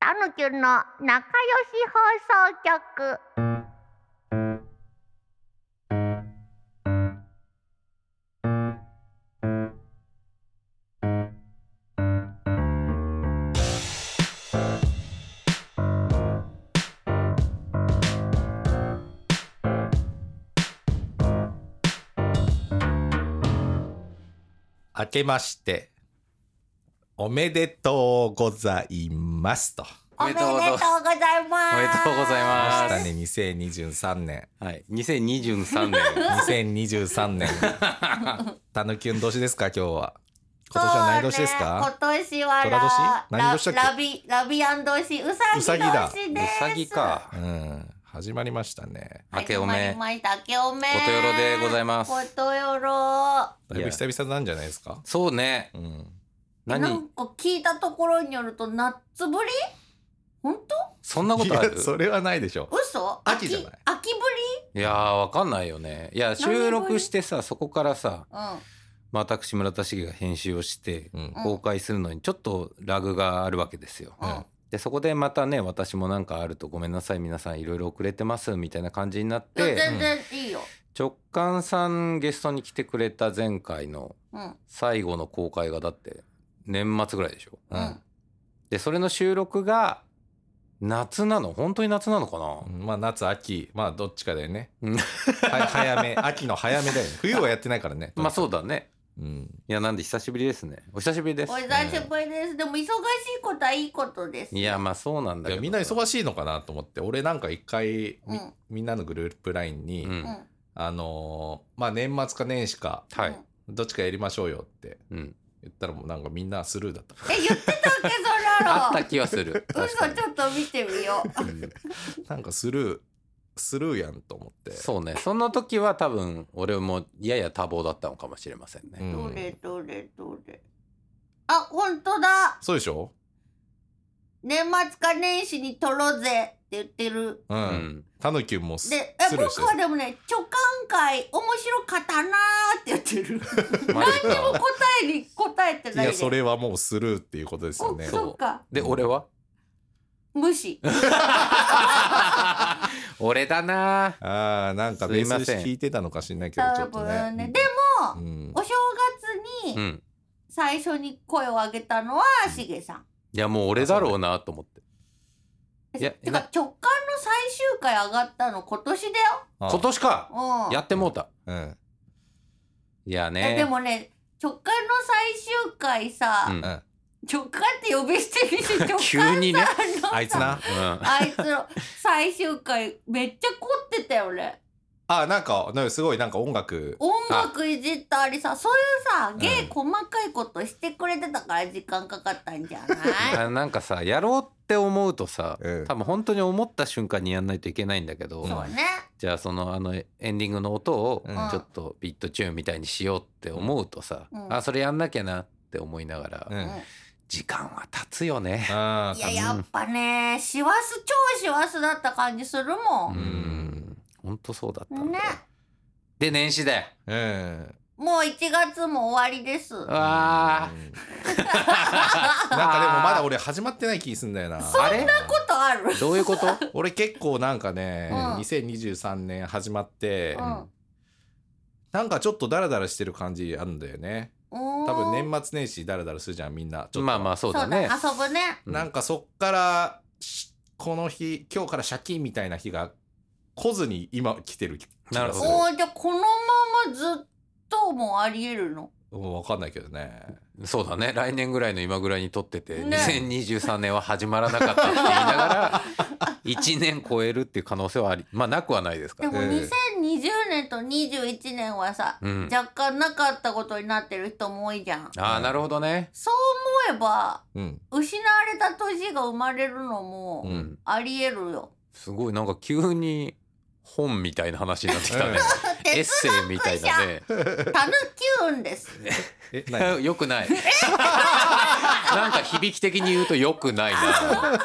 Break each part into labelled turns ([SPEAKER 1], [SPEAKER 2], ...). [SPEAKER 1] タヌキュンの仲良し放送局
[SPEAKER 2] 明けましておめでとうございますと。
[SPEAKER 1] お
[SPEAKER 3] お
[SPEAKER 1] め
[SPEAKER 3] め
[SPEAKER 1] でと
[SPEAKER 3] でと
[SPEAKER 1] う
[SPEAKER 3] う
[SPEAKER 1] ご
[SPEAKER 3] ご
[SPEAKER 1] ざ
[SPEAKER 3] ざ
[SPEAKER 1] い
[SPEAKER 3] い
[SPEAKER 1] ま
[SPEAKER 3] ますすおめでとうござい
[SPEAKER 2] ました
[SPEAKER 3] ます。
[SPEAKER 2] ね2023年
[SPEAKER 3] はい、2023年。
[SPEAKER 2] 2023年 たぬきゅん年ですか今日は今年は何年ですか、
[SPEAKER 1] そうね、今年はラ
[SPEAKER 2] 虎年何年だっけ
[SPEAKER 1] ララビラビアン年うさ
[SPEAKER 2] うさ
[SPEAKER 1] ぎ
[SPEAKER 2] ぎだ
[SPEAKER 1] 年
[SPEAKER 3] う
[SPEAKER 1] です
[SPEAKER 3] さぎか。
[SPEAKER 2] うん始まりましたね
[SPEAKER 3] 明けお
[SPEAKER 1] 始ま
[SPEAKER 3] め
[SPEAKER 1] り。ました明けおめ
[SPEAKER 3] ことよろでございます
[SPEAKER 1] ことよろ
[SPEAKER 2] だいぶ久々なんじゃないですか
[SPEAKER 3] そうね。
[SPEAKER 2] うん
[SPEAKER 1] なん
[SPEAKER 3] 何
[SPEAKER 1] か聞いたところによると夏ぶり本当
[SPEAKER 3] そんなことある
[SPEAKER 2] いやそれはないでしょ
[SPEAKER 1] 嘘
[SPEAKER 2] 秋じゃない
[SPEAKER 1] 秋ぶり
[SPEAKER 3] いやーわかんないよね。いや収録してさそこからさ、
[SPEAKER 1] う
[SPEAKER 3] まあ、私村田茂が編集をして
[SPEAKER 2] う、うん
[SPEAKER 1] うん
[SPEAKER 3] 公開するのにちょっとラグがあるわけですよ。
[SPEAKER 1] んうん
[SPEAKER 2] うん
[SPEAKER 3] でそこでまたね私もなんかあるとごめんなさい皆さんいろいろ遅れてますみたいな感じになっ
[SPEAKER 1] いや
[SPEAKER 3] て
[SPEAKER 1] 全然いいよ
[SPEAKER 3] 直感さんゲストに来てくれた前回の
[SPEAKER 1] うん
[SPEAKER 3] 最後の公開がだって年末ぐらいでしょ。
[SPEAKER 1] う
[SPEAKER 2] うんん
[SPEAKER 3] でそれの収録が夏なの本当に夏なのかな、
[SPEAKER 2] まあ夏秋まあどっちかだよね
[SPEAKER 3] うん
[SPEAKER 2] は早め秋の早めだよね冬はやってないからね
[SPEAKER 3] まあそうだね
[SPEAKER 2] うん
[SPEAKER 3] いやなんで久しぶりですねお久しぶりです
[SPEAKER 1] お久しぶりですでも忙しいことはいいことです
[SPEAKER 3] いやまあそうなんだ
[SPEAKER 2] い
[SPEAKER 3] け
[SPEAKER 2] や
[SPEAKER 3] ど
[SPEAKER 2] みんな
[SPEAKER 3] し
[SPEAKER 2] 忙しいのかなと思って俺なんか一回み,、
[SPEAKER 1] うん
[SPEAKER 2] んなのグループ LINE に、
[SPEAKER 3] うん、
[SPEAKER 1] うん
[SPEAKER 3] はい、
[SPEAKER 2] あのーまあ年末か年始かどっちかやりましょうよって
[SPEAKER 3] うん、
[SPEAKER 2] 言ったらもうなんかみんなスルーだったか
[SPEAKER 1] え言ってたっけそ
[SPEAKER 3] あ
[SPEAKER 1] ら
[SPEAKER 3] っ
[SPEAKER 1] ろ
[SPEAKER 3] た気はする確か
[SPEAKER 1] 嘘
[SPEAKER 3] に
[SPEAKER 1] ちょっと見てみよう
[SPEAKER 3] うん
[SPEAKER 2] らなんかスルースルーやんと思って
[SPEAKER 3] そうねその時は多分俺もやや多忙だったのかもしれませんね、
[SPEAKER 2] うん
[SPEAKER 1] どれどれどれあ本当だ
[SPEAKER 2] そうでしょ
[SPEAKER 1] 年末か年始に撮ろうぜって言ってる
[SPEAKER 2] う
[SPEAKER 3] うんん
[SPEAKER 2] たぬきゅんもス
[SPEAKER 1] で
[SPEAKER 2] ス
[SPEAKER 1] え
[SPEAKER 2] ルーして
[SPEAKER 1] 僕は
[SPEAKER 2] る
[SPEAKER 1] でもね「貯感会面白かったな」って言ってる
[SPEAKER 3] マジ
[SPEAKER 1] 答
[SPEAKER 3] か
[SPEAKER 1] えに答えて
[SPEAKER 2] い
[SPEAKER 1] ないで
[SPEAKER 2] やそれはもうスルーっていうことですよ
[SPEAKER 1] こ
[SPEAKER 2] ね
[SPEAKER 1] そっか
[SPEAKER 3] で 俺は
[SPEAKER 1] 無視
[SPEAKER 3] 俺だな
[SPEAKER 2] ああなんかベース弾いてたのかしんないけどちょ
[SPEAKER 1] 多
[SPEAKER 2] っと
[SPEAKER 1] 分ね
[SPEAKER 2] ね
[SPEAKER 1] で
[SPEAKER 2] う
[SPEAKER 1] も
[SPEAKER 2] ん
[SPEAKER 1] お正月
[SPEAKER 3] う
[SPEAKER 1] に
[SPEAKER 3] ん
[SPEAKER 1] 最初に声を上げたのはしげさん
[SPEAKER 3] いやもう俺だろうなと思っていや
[SPEAKER 1] てか
[SPEAKER 3] な
[SPEAKER 1] 直感の最終回上がったの今年だよ
[SPEAKER 2] あ
[SPEAKER 3] 今年か
[SPEAKER 1] うん
[SPEAKER 3] やってもうた
[SPEAKER 2] うん
[SPEAKER 3] いや
[SPEAKER 1] え
[SPEAKER 3] ね
[SPEAKER 1] でもね直感の最終回さ、
[SPEAKER 3] うん
[SPEAKER 2] うん
[SPEAKER 1] 直感って呼び捨てにして直感
[SPEAKER 3] 急にね
[SPEAKER 1] さんの
[SPEAKER 2] あいつな
[SPEAKER 3] うん
[SPEAKER 1] あいつの最終回めっちゃ凝ってたよね
[SPEAKER 2] あなんかなんかすごいなんか音楽
[SPEAKER 1] 音楽いじったりさそういうさ芸細かいことしてくれてたから時間かかったんじゃない、
[SPEAKER 3] あなんかさやろうって思うとさ、
[SPEAKER 2] うん
[SPEAKER 3] 多分本当に思った瞬間にやんないといけないんだけど、
[SPEAKER 2] うん
[SPEAKER 1] そうね
[SPEAKER 3] じゃあそのあのエンディングの音を
[SPEAKER 2] うん
[SPEAKER 3] ちょっとビットチューンみたいにしようって思うとさ、
[SPEAKER 1] うん
[SPEAKER 3] あそれやんなきゃなって思いながら、
[SPEAKER 2] うん
[SPEAKER 1] うん
[SPEAKER 3] 時間は経つよね。
[SPEAKER 2] あ
[SPEAKER 1] い
[SPEAKER 2] ー
[SPEAKER 1] ややっぱね師走超師走だった感じするも、
[SPEAKER 3] うんん本当そうだったんだよ
[SPEAKER 1] ね
[SPEAKER 3] で年始だよ。
[SPEAKER 2] うん
[SPEAKER 1] もう1月も終わりです
[SPEAKER 3] わ
[SPEAKER 2] うん
[SPEAKER 3] あ
[SPEAKER 2] なんかでもまだ俺始まってない気すんだよな。
[SPEAKER 3] あれ
[SPEAKER 1] ことある
[SPEAKER 3] どういうこと
[SPEAKER 2] 俺結構なんかね、
[SPEAKER 1] うん
[SPEAKER 2] 2023年始まって、
[SPEAKER 1] うん
[SPEAKER 2] なんかちょっとダラダラしてる感じあるんだよね。
[SPEAKER 1] 多
[SPEAKER 2] 多分年末年始ダラダラするじゃんみんな。ちょっと
[SPEAKER 3] まあまあそうだね。
[SPEAKER 1] そうだ遊ぶね
[SPEAKER 2] なんかそっからしこの日今日からシャキンみたいな日が来ずに今来てる気
[SPEAKER 3] なる
[SPEAKER 2] がす
[SPEAKER 3] ほ
[SPEAKER 2] る
[SPEAKER 3] ど。
[SPEAKER 1] おーじゃあこのままずっともありえるの
[SPEAKER 2] もう分かんないけどね。
[SPEAKER 3] そうだね来年ぐらいの今ぐらいに撮ってて、
[SPEAKER 1] ね
[SPEAKER 3] 2023年は始まら なかったって言いながら1年超えるっていう可能性はありまあなくはないです か
[SPEAKER 1] で
[SPEAKER 3] ら、
[SPEAKER 1] も
[SPEAKER 2] ええ
[SPEAKER 1] 2020年と21年はさ、
[SPEAKER 3] うん、
[SPEAKER 1] 若干なかったことになってる人も多いじゃん
[SPEAKER 3] ああなるほどね、
[SPEAKER 1] そう思えば
[SPEAKER 2] うん。
[SPEAKER 1] 失われた年が生まれるのも
[SPEAKER 2] う
[SPEAKER 3] うんん
[SPEAKER 1] ありえるよ、
[SPEAKER 3] すごいなんか急に本みたいな話になってきたねエッ
[SPEAKER 1] 哲
[SPEAKER 3] セイみたいだね
[SPEAKER 1] タヌキューンです
[SPEAKER 2] え 何
[SPEAKER 3] よくないなんか響き的に言うとよくないな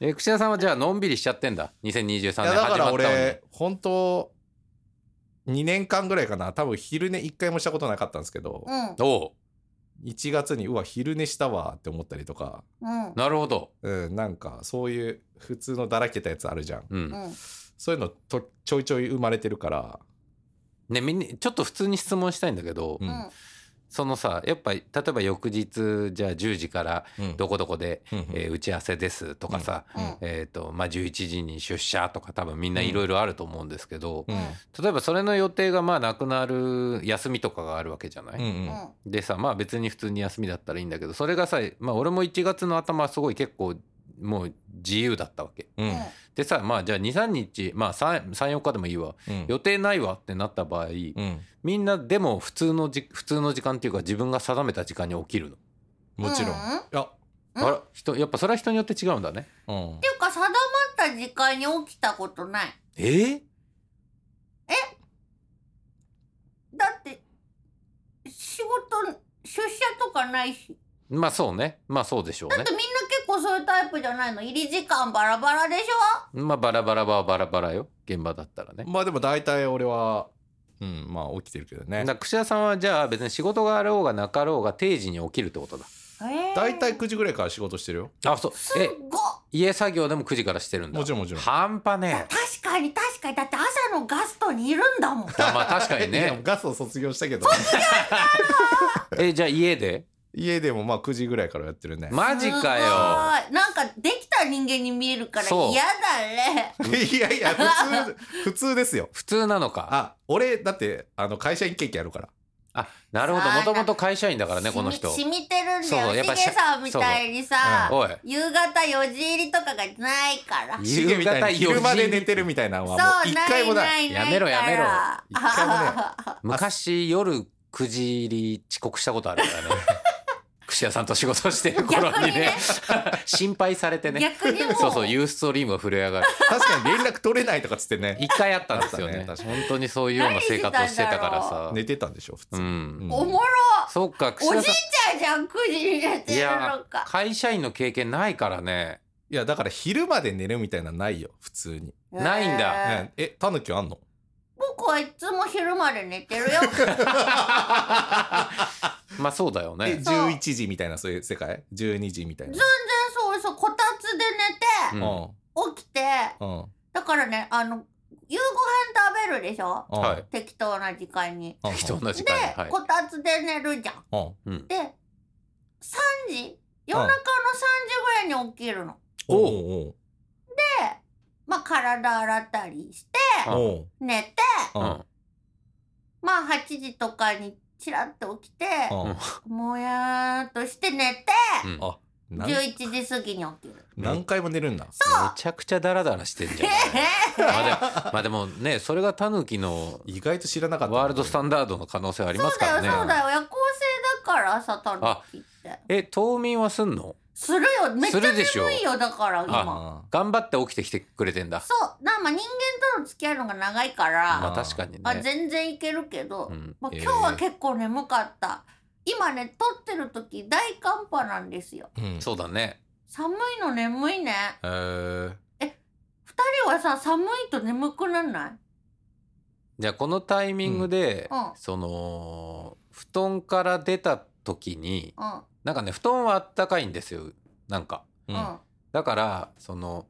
[SPEAKER 3] え串田さんはじゃあのんびりしちゃってんだ2023年始
[SPEAKER 2] い
[SPEAKER 3] ま
[SPEAKER 2] や
[SPEAKER 3] った
[SPEAKER 2] だから
[SPEAKER 3] のに
[SPEAKER 2] 俺本当2年間ぐらいかな多分昼寝1回もしたことなかったんですけど、
[SPEAKER 1] うん
[SPEAKER 3] おう
[SPEAKER 2] 1月にうわ昼寝したわって思ったりとか、
[SPEAKER 1] うんうん
[SPEAKER 3] なるほど。
[SPEAKER 2] うん、なんかそういう普通のだらけたやつあるじゃん
[SPEAKER 3] うん。
[SPEAKER 2] そういうのとちょいちょい生まれてるから、
[SPEAKER 3] ね、みんな、ちょっと普通に質問したいんだけど、
[SPEAKER 2] うん
[SPEAKER 3] そのさ、やっぱ、例えば翌日、じゃあ10時から
[SPEAKER 2] うん
[SPEAKER 3] どこどこで、
[SPEAKER 2] うん
[SPEAKER 3] えー打ち合わせですとかさ、
[SPEAKER 1] うんうん
[SPEAKER 3] えっ、と、まあ、11時に出社とか多分みんないろいろあると思うんですけど、
[SPEAKER 2] うん
[SPEAKER 3] 例えばそれの予定がまあなくなる休みとかがあるわけじゃない、
[SPEAKER 2] うんうん
[SPEAKER 1] うん
[SPEAKER 3] でさまあ別に普通に休みだったらいいんだけどそれがさまあ俺も1月の頭すごい結構もう自由だったわけ
[SPEAKER 2] うん
[SPEAKER 3] でさまあじゃあ23日まあ34日でもいいわ
[SPEAKER 2] うん
[SPEAKER 3] 予定ないわってなった場合、
[SPEAKER 2] うん
[SPEAKER 3] みんなでも普通のじ普通の時間っていうか自分が定めた時間に起きるの、
[SPEAKER 2] もちろん
[SPEAKER 1] うんうん
[SPEAKER 2] いや
[SPEAKER 1] うん
[SPEAKER 3] あら人やっぱそれは人によって違うんだね
[SPEAKER 2] うん
[SPEAKER 1] ていうか定まった時間に起きたことない
[SPEAKER 3] えー、
[SPEAKER 1] だって仕事出社とかないし
[SPEAKER 3] まあそうねまあそうでしょう
[SPEAKER 1] だ っ
[SPEAKER 3] ね
[SPEAKER 1] てみんな結構そういうタイプじゃないの入り時間バラバラでしょ
[SPEAKER 3] まあバラバラはバラバラよ現場だったらね
[SPEAKER 2] まあでも大体俺はうんまあ起きてるけどね
[SPEAKER 3] だ串田さんはじゃあ別に仕事があろうがなかろうが定時に起きるってことだ
[SPEAKER 1] えー
[SPEAKER 2] 大体9時ぐらいから仕事してるよ
[SPEAKER 3] あそう
[SPEAKER 1] すっ
[SPEAKER 3] え
[SPEAKER 1] ごっ
[SPEAKER 3] 家作業でも9時からしてるんだ
[SPEAKER 2] もちろんもちろん
[SPEAKER 3] 半端ね
[SPEAKER 1] 確かに確かにだって朝のガストにいるんだもん
[SPEAKER 3] えあまあ確かに
[SPEAKER 2] いや
[SPEAKER 3] ね
[SPEAKER 2] ガスを卒業したけど
[SPEAKER 3] えじゃあ家で
[SPEAKER 2] 家でもまあ9時ぐらいからやってるね
[SPEAKER 3] マジかよ
[SPEAKER 1] すごいなんかできた人間に見えるから
[SPEAKER 3] そう
[SPEAKER 1] 嫌だね
[SPEAKER 2] いやいや普通普通ですよ
[SPEAKER 3] 普通なのか
[SPEAKER 2] あ俺だってあの会社員経験あるから
[SPEAKER 3] あなるほどもともと会社員だからねこの人
[SPEAKER 1] 染み染みてるんだ
[SPEAKER 3] そうや
[SPEAKER 1] よ
[SPEAKER 3] っ
[SPEAKER 1] し
[SPEAKER 3] ぱ
[SPEAKER 1] げさんみたいにさ、
[SPEAKER 3] そううんおい
[SPEAKER 1] 夕方4時入りとかがないから
[SPEAKER 3] い
[SPEAKER 2] シゲみたいな
[SPEAKER 3] 夕方4時
[SPEAKER 2] 昼まで寝てるみたいなのはもう一回もない
[SPEAKER 1] い
[SPEAKER 3] やめろやめろ
[SPEAKER 1] から
[SPEAKER 2] 一回もな
[SPEAKER 3] 昔夜9時入り遅刻したことある からね串田さんと仕事してる頃にね 心配されてね
[SPEAKER 1] 逆にもう
[SPEAKER 3] そうそうユーストリームが震え上がる
[SPEAKER 2] 確かに連絡取れないとかっつってね
[SPEAKER 3] 一回あったんですよ
[SPEAKER 2] あ
[SPEAKER 3] ね
[SPEAKER 2] ったね確
[SPEAKER 3] 本当にそういうような生活をしてたからさ
[SPEAKER 2] 寝てたんでしょ普通
[SPEAKER 3] う
[SPEAKER 2] うん
[SPEAKER 3] ん
[SPEAKER 1] おもろ
[SPEAKER 3] そっか串
[SPEAKER 1] おじ
[SPEAKER 3] 田
[SPEAKER 1] いち
[SPEAKER 3] さん
[SPEAKER 1] ゃんじゃん9時に寝て
[SPEAKER 3] い
[SPEAKER 1] る
[SPEAKER 3] や
[SPEAKER 1] のか
[SPEAKER 3] 会社員の経験ないか らね
[SPEAKER 2] いやだから昼まで寝るみたいなのないよ普通に
[SPEAKER 3] ないんだ
[SPEAKER 1] えー
[SPEAKER 2] ねえタヌキあんの
[SPEAKER 1] 僕はいつも昼まで寝て るよ
[SPEAKER 3] まあそうだよ
[SPEAKER 2] え
[SPEAKER 3] ね
[SPEAKER 1] そう
[SPEAKER 2] 11時みたいなそういう世界12時みたいな
[SPEAKER 1] そうそうこたつで
[SPEAKER 3] う
[SPEAKER 1] 寝
[SPEAKER 3] ん
[SPEAKER 2] うん
[SPEAKER 1] て起きて
[SPEAKER 2] うん
[SPEAKER 1] だからねあの夕ご飯食べるでしょ
[SPEAKER 2] うん
[SPEAKER 3] はい
[SPEAKER 1] 適当な時間に
[SPEAKER 2] うん
[SPEAKER 3] 人同じ
[SPEAKER 1] で
[SPEAKER 3] 間にはい
[SPEAKER 1] こたつで寝るじゃん
[SPEAKER 2] うん
[SPEAKER 1] で3時夜中の3時ぐらいに起きるの
[SPEAKER 2] おう
[SPEAKER 1] まあ体洗ったりして
[SPEAKER 2] おうおう
[SPEAKER 1] 寝て
[SPEAKER 2] うん
[SPEAKER 3] う
[SPEAKER 2] うんん
[SPEAKER 1] まあ8時とかにチラッと起きて
[SPEAKER 3] うん
[SPEAKER 1] もやーっとして寝て
[SPEAKER 3] うん
[SPEAKER 2] あなん
[SPEAKER 1] 11時過ぎに起きる
[SPEAKER 2] 何回も寝るんだ
[SPEAKER 3] めちゃくちゃダラダラしてんじゃん まあでもまあでもねそれがタヌキの
[SPEAKER 2] 意外と知らなかった
[SPEAKER 3] ワールドスタンダードの可能性ありますか
[SPEAKER 1] そうだ
[SPEAKER 3] らね
[SPEAKER 1] よそうだよ夜行性だからさタヌキって
[SPEAKER 3] え冬眠はすんの
[SPEAKER 1] するよめっちゃ
[SPEAKER 3] するでしょ
[SPEAKER 1] 眠いよだから今
[SPEAKER 2] あ
[SPEAKER 3] 頑張って起きてきてくれてんだ
[SPEAKER 1] そうなんかまあ人間との付き合いのが長いから、
[SPEAKER 3] まあ確かにね
[SPEAKER 1] あ全然いけるけど、
[SPEAKER 3] うん
[SPEAKER 1] まあ、
[SPEAKER 2] えー
[SPEAKER 1] 今日は結構眠かった、今ね撮ってる時大寒波なんですよ
[SPEAKER 2] うん
[SPEAKER 3] そうだね
[SPEAKER 1] 寒いの眠いね
[SPEAKER 2] へー
[SPEAKER 1] 二人はさ寒いと眠くなんない
[SPEAKER 3] じゃあこのタイミングで、
[SPEAKER 1] うんうん
[SPEAKER 3] その布団から出た時に
[SPEAKER 1] うん
[SPEAKER 3] なんかね布団はあったかいんですよなんか
[SPEAKER 2] うん
[SPEAKER 1] うん
[SPEAKER 3] だからその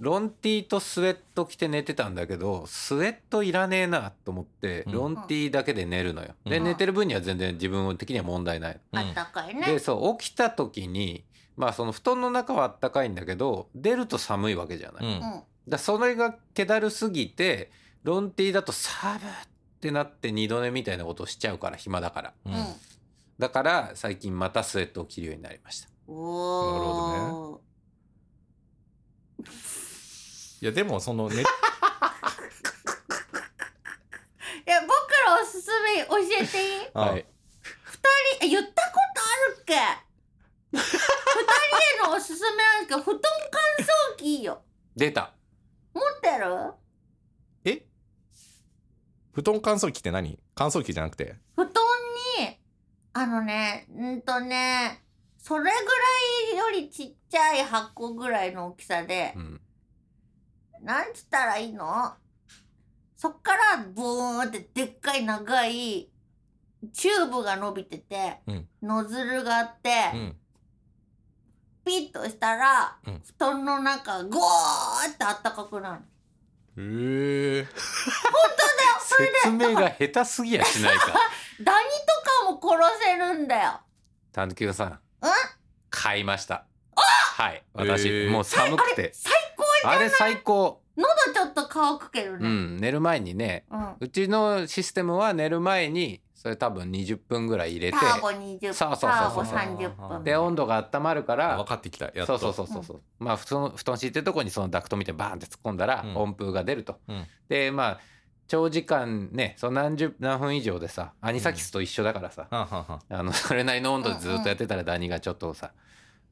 [SPEAKER 3] ロンティーとスウェット着て寝てたんだけどスウェットいらねえなと思って
[SPEAKER 2] うん
[SPEAKER 3] ロンティーだけで寝るのよ、で
[SPEAKER 2] うん
[SPEAKER 3] 寝てる分には全然自分的には問題ない、
[SPEAKER 2] うん
[SPEAKER 1] あったかい
[SPEAKER 3] で
[SPEAKER 1] ね
[SPEAKER 3] そう起きた時にまあその布団の中はあったかいんだけど出ると寒いわけじゃない、
[SPEAKER 2] う
[SPEAKER 1] うんん
[SPEAKER 3] だそれが気だるすぎてロンティーだと寒ってなって二度寝みたいなことをしちゃうから暇だから
[SPEAKER 2] う
[SPEAKER 1] うんん
[SPEAKER 3] だから最近またスウェットを着るようになりました
[SPEAKER 2] なる
[SPEAKER 1] おー
[SPEAKER 2] いやでもそのね
[SPEAKER 1] いや僕らおすすめ教えていい
[SPEAKER 2] あ
[SPEAKER 3] はい
[SPEAKER 1] え言ったことあるっけ二人へのおすすめなんですけど布団乾燥機いいよ
[SPEAKER 3] 出た
[SPEAKER 1] 持ってる
[SPEAKER 2] え布団乾燥機って何乾燥機じゃなくて
[SPEAKER 1] 布団にあのねうんとねそれぐらいよりちっちゃい箱ぐらいの大きさで
[SPEAKER 3] う、ん
[SPEAKER 1] なんつったらいいのそっからボーンってでっかい長いチューブが伸びてて、
[SPEAKER 2] うん
[SPEAKER 1] ノズルがあって、
[SPEAKER 2] うん
[SPEAKER 1] ピッとしたら、
[SPEAKER 2] うん
[SPEAKER 1] 布団の中ゴーってあったかくなる
[SPEAKER 2] え
[SPEAKER 3] 説明が下手すぎやしないか
[SPEAKER 1] ダニとかも殺せるんだよ
[SPEAKER 3] たぬきゅうさん
[SPEAKER 1] うん
[SPEAKER 3] 買いましたはい私、
[SPEAKER 2] へー
[SPEAKER 3] もう寒くて
[SPEAKER 1] 最高
[SPEAKER 3] あれ最高
[SPEAKER 1] 喉ちょっと乾くけど
[SPEAKER 3] う
[SPEAKER 1] ね、
[SPEAKER 3] ん寝る前にね
[SPEAKER 1] うん
[SPEAKER 3] うちのシステムは寝る前にそれ多分20分ぐらい入れて
[SPEAKER 1] ターボ20
[SPEAKER 3] そうそうそうそう
[SPEAKER 1] ターボ30分
[SPEAKER 3] で温度が温まるか
[SPEAKER 2] 分
[SPEAKER 3] ら
[SPEAKER 2] かってきたやっ
[SPEAKER 3] そ
[SPEAKER 2] と
[SPEAKER 3] うそうそうそうそう、まあ布団布団敷いてるとこにそのダクトみたいにバーンって突っ込んだら
[SPEAKER 2] うん
[SPEAKER 3] 温風が出ると、
[SPEAKER 2] うん
[SPEAKER 3] でまあ長時間ねその何十何分以上でさアニサキスと一緒だからさ、
[SPEAKER 2] はんはんはん
[SPEAKER 3] あのそれなりの温度でずっとやってたらダニがちょっとさ、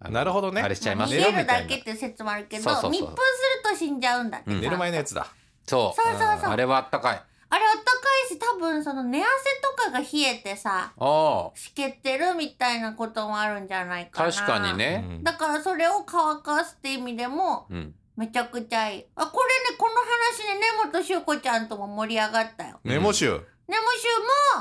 [SPEAKER 3] あの
[SPEAKER 2] なるほどね
[SPEAKER 3] あれしちゃい
[SPEAKER 1] まあ
[SPEAKER 3] ます
[SPEAKER 1] 逃
[SPEAKER 3] よ
[SPEAKER 1] げ
[SPEAKER 3] み
[SPEAKER 1] る
[SPEAKER 3] た
[SPEAKER 1] だ
[SPEAKER 3] い
[SPEAKER 1] け
[SPEAKER 3] な
[SPEAKER 1] って説もあるけど
[SPEAKER 3] そうそうそう
[SPEAKER 1] 密封すると死んじゃうんだって、
[SPEAKER 3] うん
[SPEAKER 2] 寝る前のやつだ
[SPEAKER 3] そ
[SPEAKER 1] そ
[SPEAKER 3] う
[SPEAKER 1] うそうそう
[SPEAKER 3] あれはあったかい
[SPEAKER 1] あれあったかいし多分その寝汗とかが冷えてさ
[SPEAKER 3] ああ
[SPEAKER 1] しけてるみたいなこともあるんじゃないかな
[SPEAKER 3] 確かにね、
[SPEAKER 2] うん
[SPEAKER 1] だからそれを乾かすって意味でも
[SPEAKER 3] うん
[SPEAKER 1] めちゃくちゃいいあこれねこの話ね根本修子ちゃんとも盛り上がったよ
[SPEAKER 2] メモ集、
[SPEAKER 1] 根本修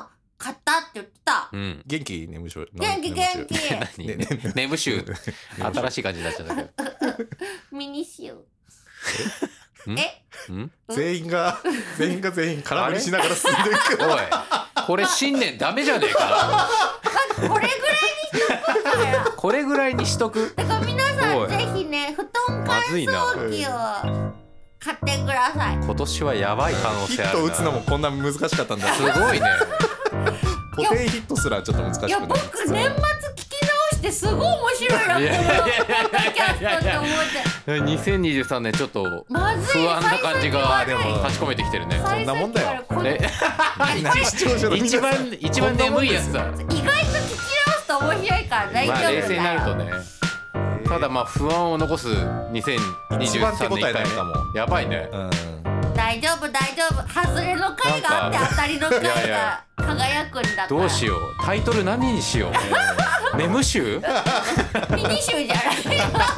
[SPEAKER 1] も買ったって言ってた
[SPEAKER 3] うん
[SPEAKER 2] 元気ネムシュ
[SPEAKER 1] 元気元気
[SPEAKER 3] 何
[SPEAKER 2] ねね
[SPEAKER 3] ネムシュー新
[SPEAKER 2] し
[SPEAKER 3] しい感じになっちゃったけど
[SPEAKER 1] ミニシュ
[SPEAKER 3] ん
[SPEAKER 1] え
[SPEAKER 3] うん
[SPEAKER 2] 全員が全員が全員空振りしながら進んでいく
[SPEAKER 3] おいこれ新年ダメじゃねえか
[SPEAKER 1] これぐらいにしとこうかよ
[SPEAKER 3] これぐらいにしとく
[SPEAKER 1] だから皆さ
[SPEAKER 3] お
[SPEAKER 1] ん
[SPEAKER 3] い
[SPEAKER 1] ぜひね布団
[SPEAKER 3] ま
[SPEAKER 1] 乾
[SPEAKER 3] ずいな
[SPEAKER 1] 燥機を買ってください
[SPEAKER 3] 今年はやばい可能
[SPEAKER 2] ヒ
[SPEAKER 3] 性
[SPEAKER 2] ッ
[SPEAKER 3] ある
[SPEAKER 2] ト
[SPEAKER 3] な
[SPEAKER 2] 打つのもこんな難しかったんだ
[SPEAKER 3] すご いね
[SPEAKER 2] ポテンヒットすらちょっと難しく
[SPEAKER 1] い
[SPEAKER 2] な
[SPEAKER 1] や
[SPEAKER 2] い
[SPEAKER 1] 僕年末聞き直してすごい面白いなこのポッドキャストって思って
[SPEAKER 3] 2023年ちょっと
[SPEAKER 1] まずい
[SPEAKER 3] 不安な感じが
[SPEAKER 1] で
[SPEAKER 2] も
[SPEAKER 3] 差し込めてきてるね
[SPEAKER 2] そんなもんだよ
[SPEAKER 1] これ
[SPEAKER 3] え
[SPEAKER 2] 一視聴者の
[SPEAKER 3] 一
[SPEAKER 2] 皆さん
[SPEAKER 3] 番一番眠いやつだ
[SPEAKER 1] 意外と聞き直すと面白いから大丈夫
[SPEAKER 3] まあ
[SPEAKER 1] だよ、
[SPEAKER 3] 冷静になるとねただまあ不安を残す
[SPEAKER 2] 一番手
[SPEAKER 3] 2023
[SPEAKER 2] 応
[SPEAKER 3] 年
[SPEAKER 2] えないかも
[SPEAKER 3] やばいね
[SPEAKER 2] うん
[SPEAKER 1] 大丈夫大丈夫外れの回があって
[SPEAKER 3] なんか
[SPEAKER 1] 当たりの回
[SPEAKER 3] いやい
[SPEAKER 1] が
[SPEAKER 3] や
[SPEAKER 1] 輝くんだから
[SPEAKER 3] どうしよ うタイトル何にしよう眠集
[SPEAKER 1] ミニ集じゃない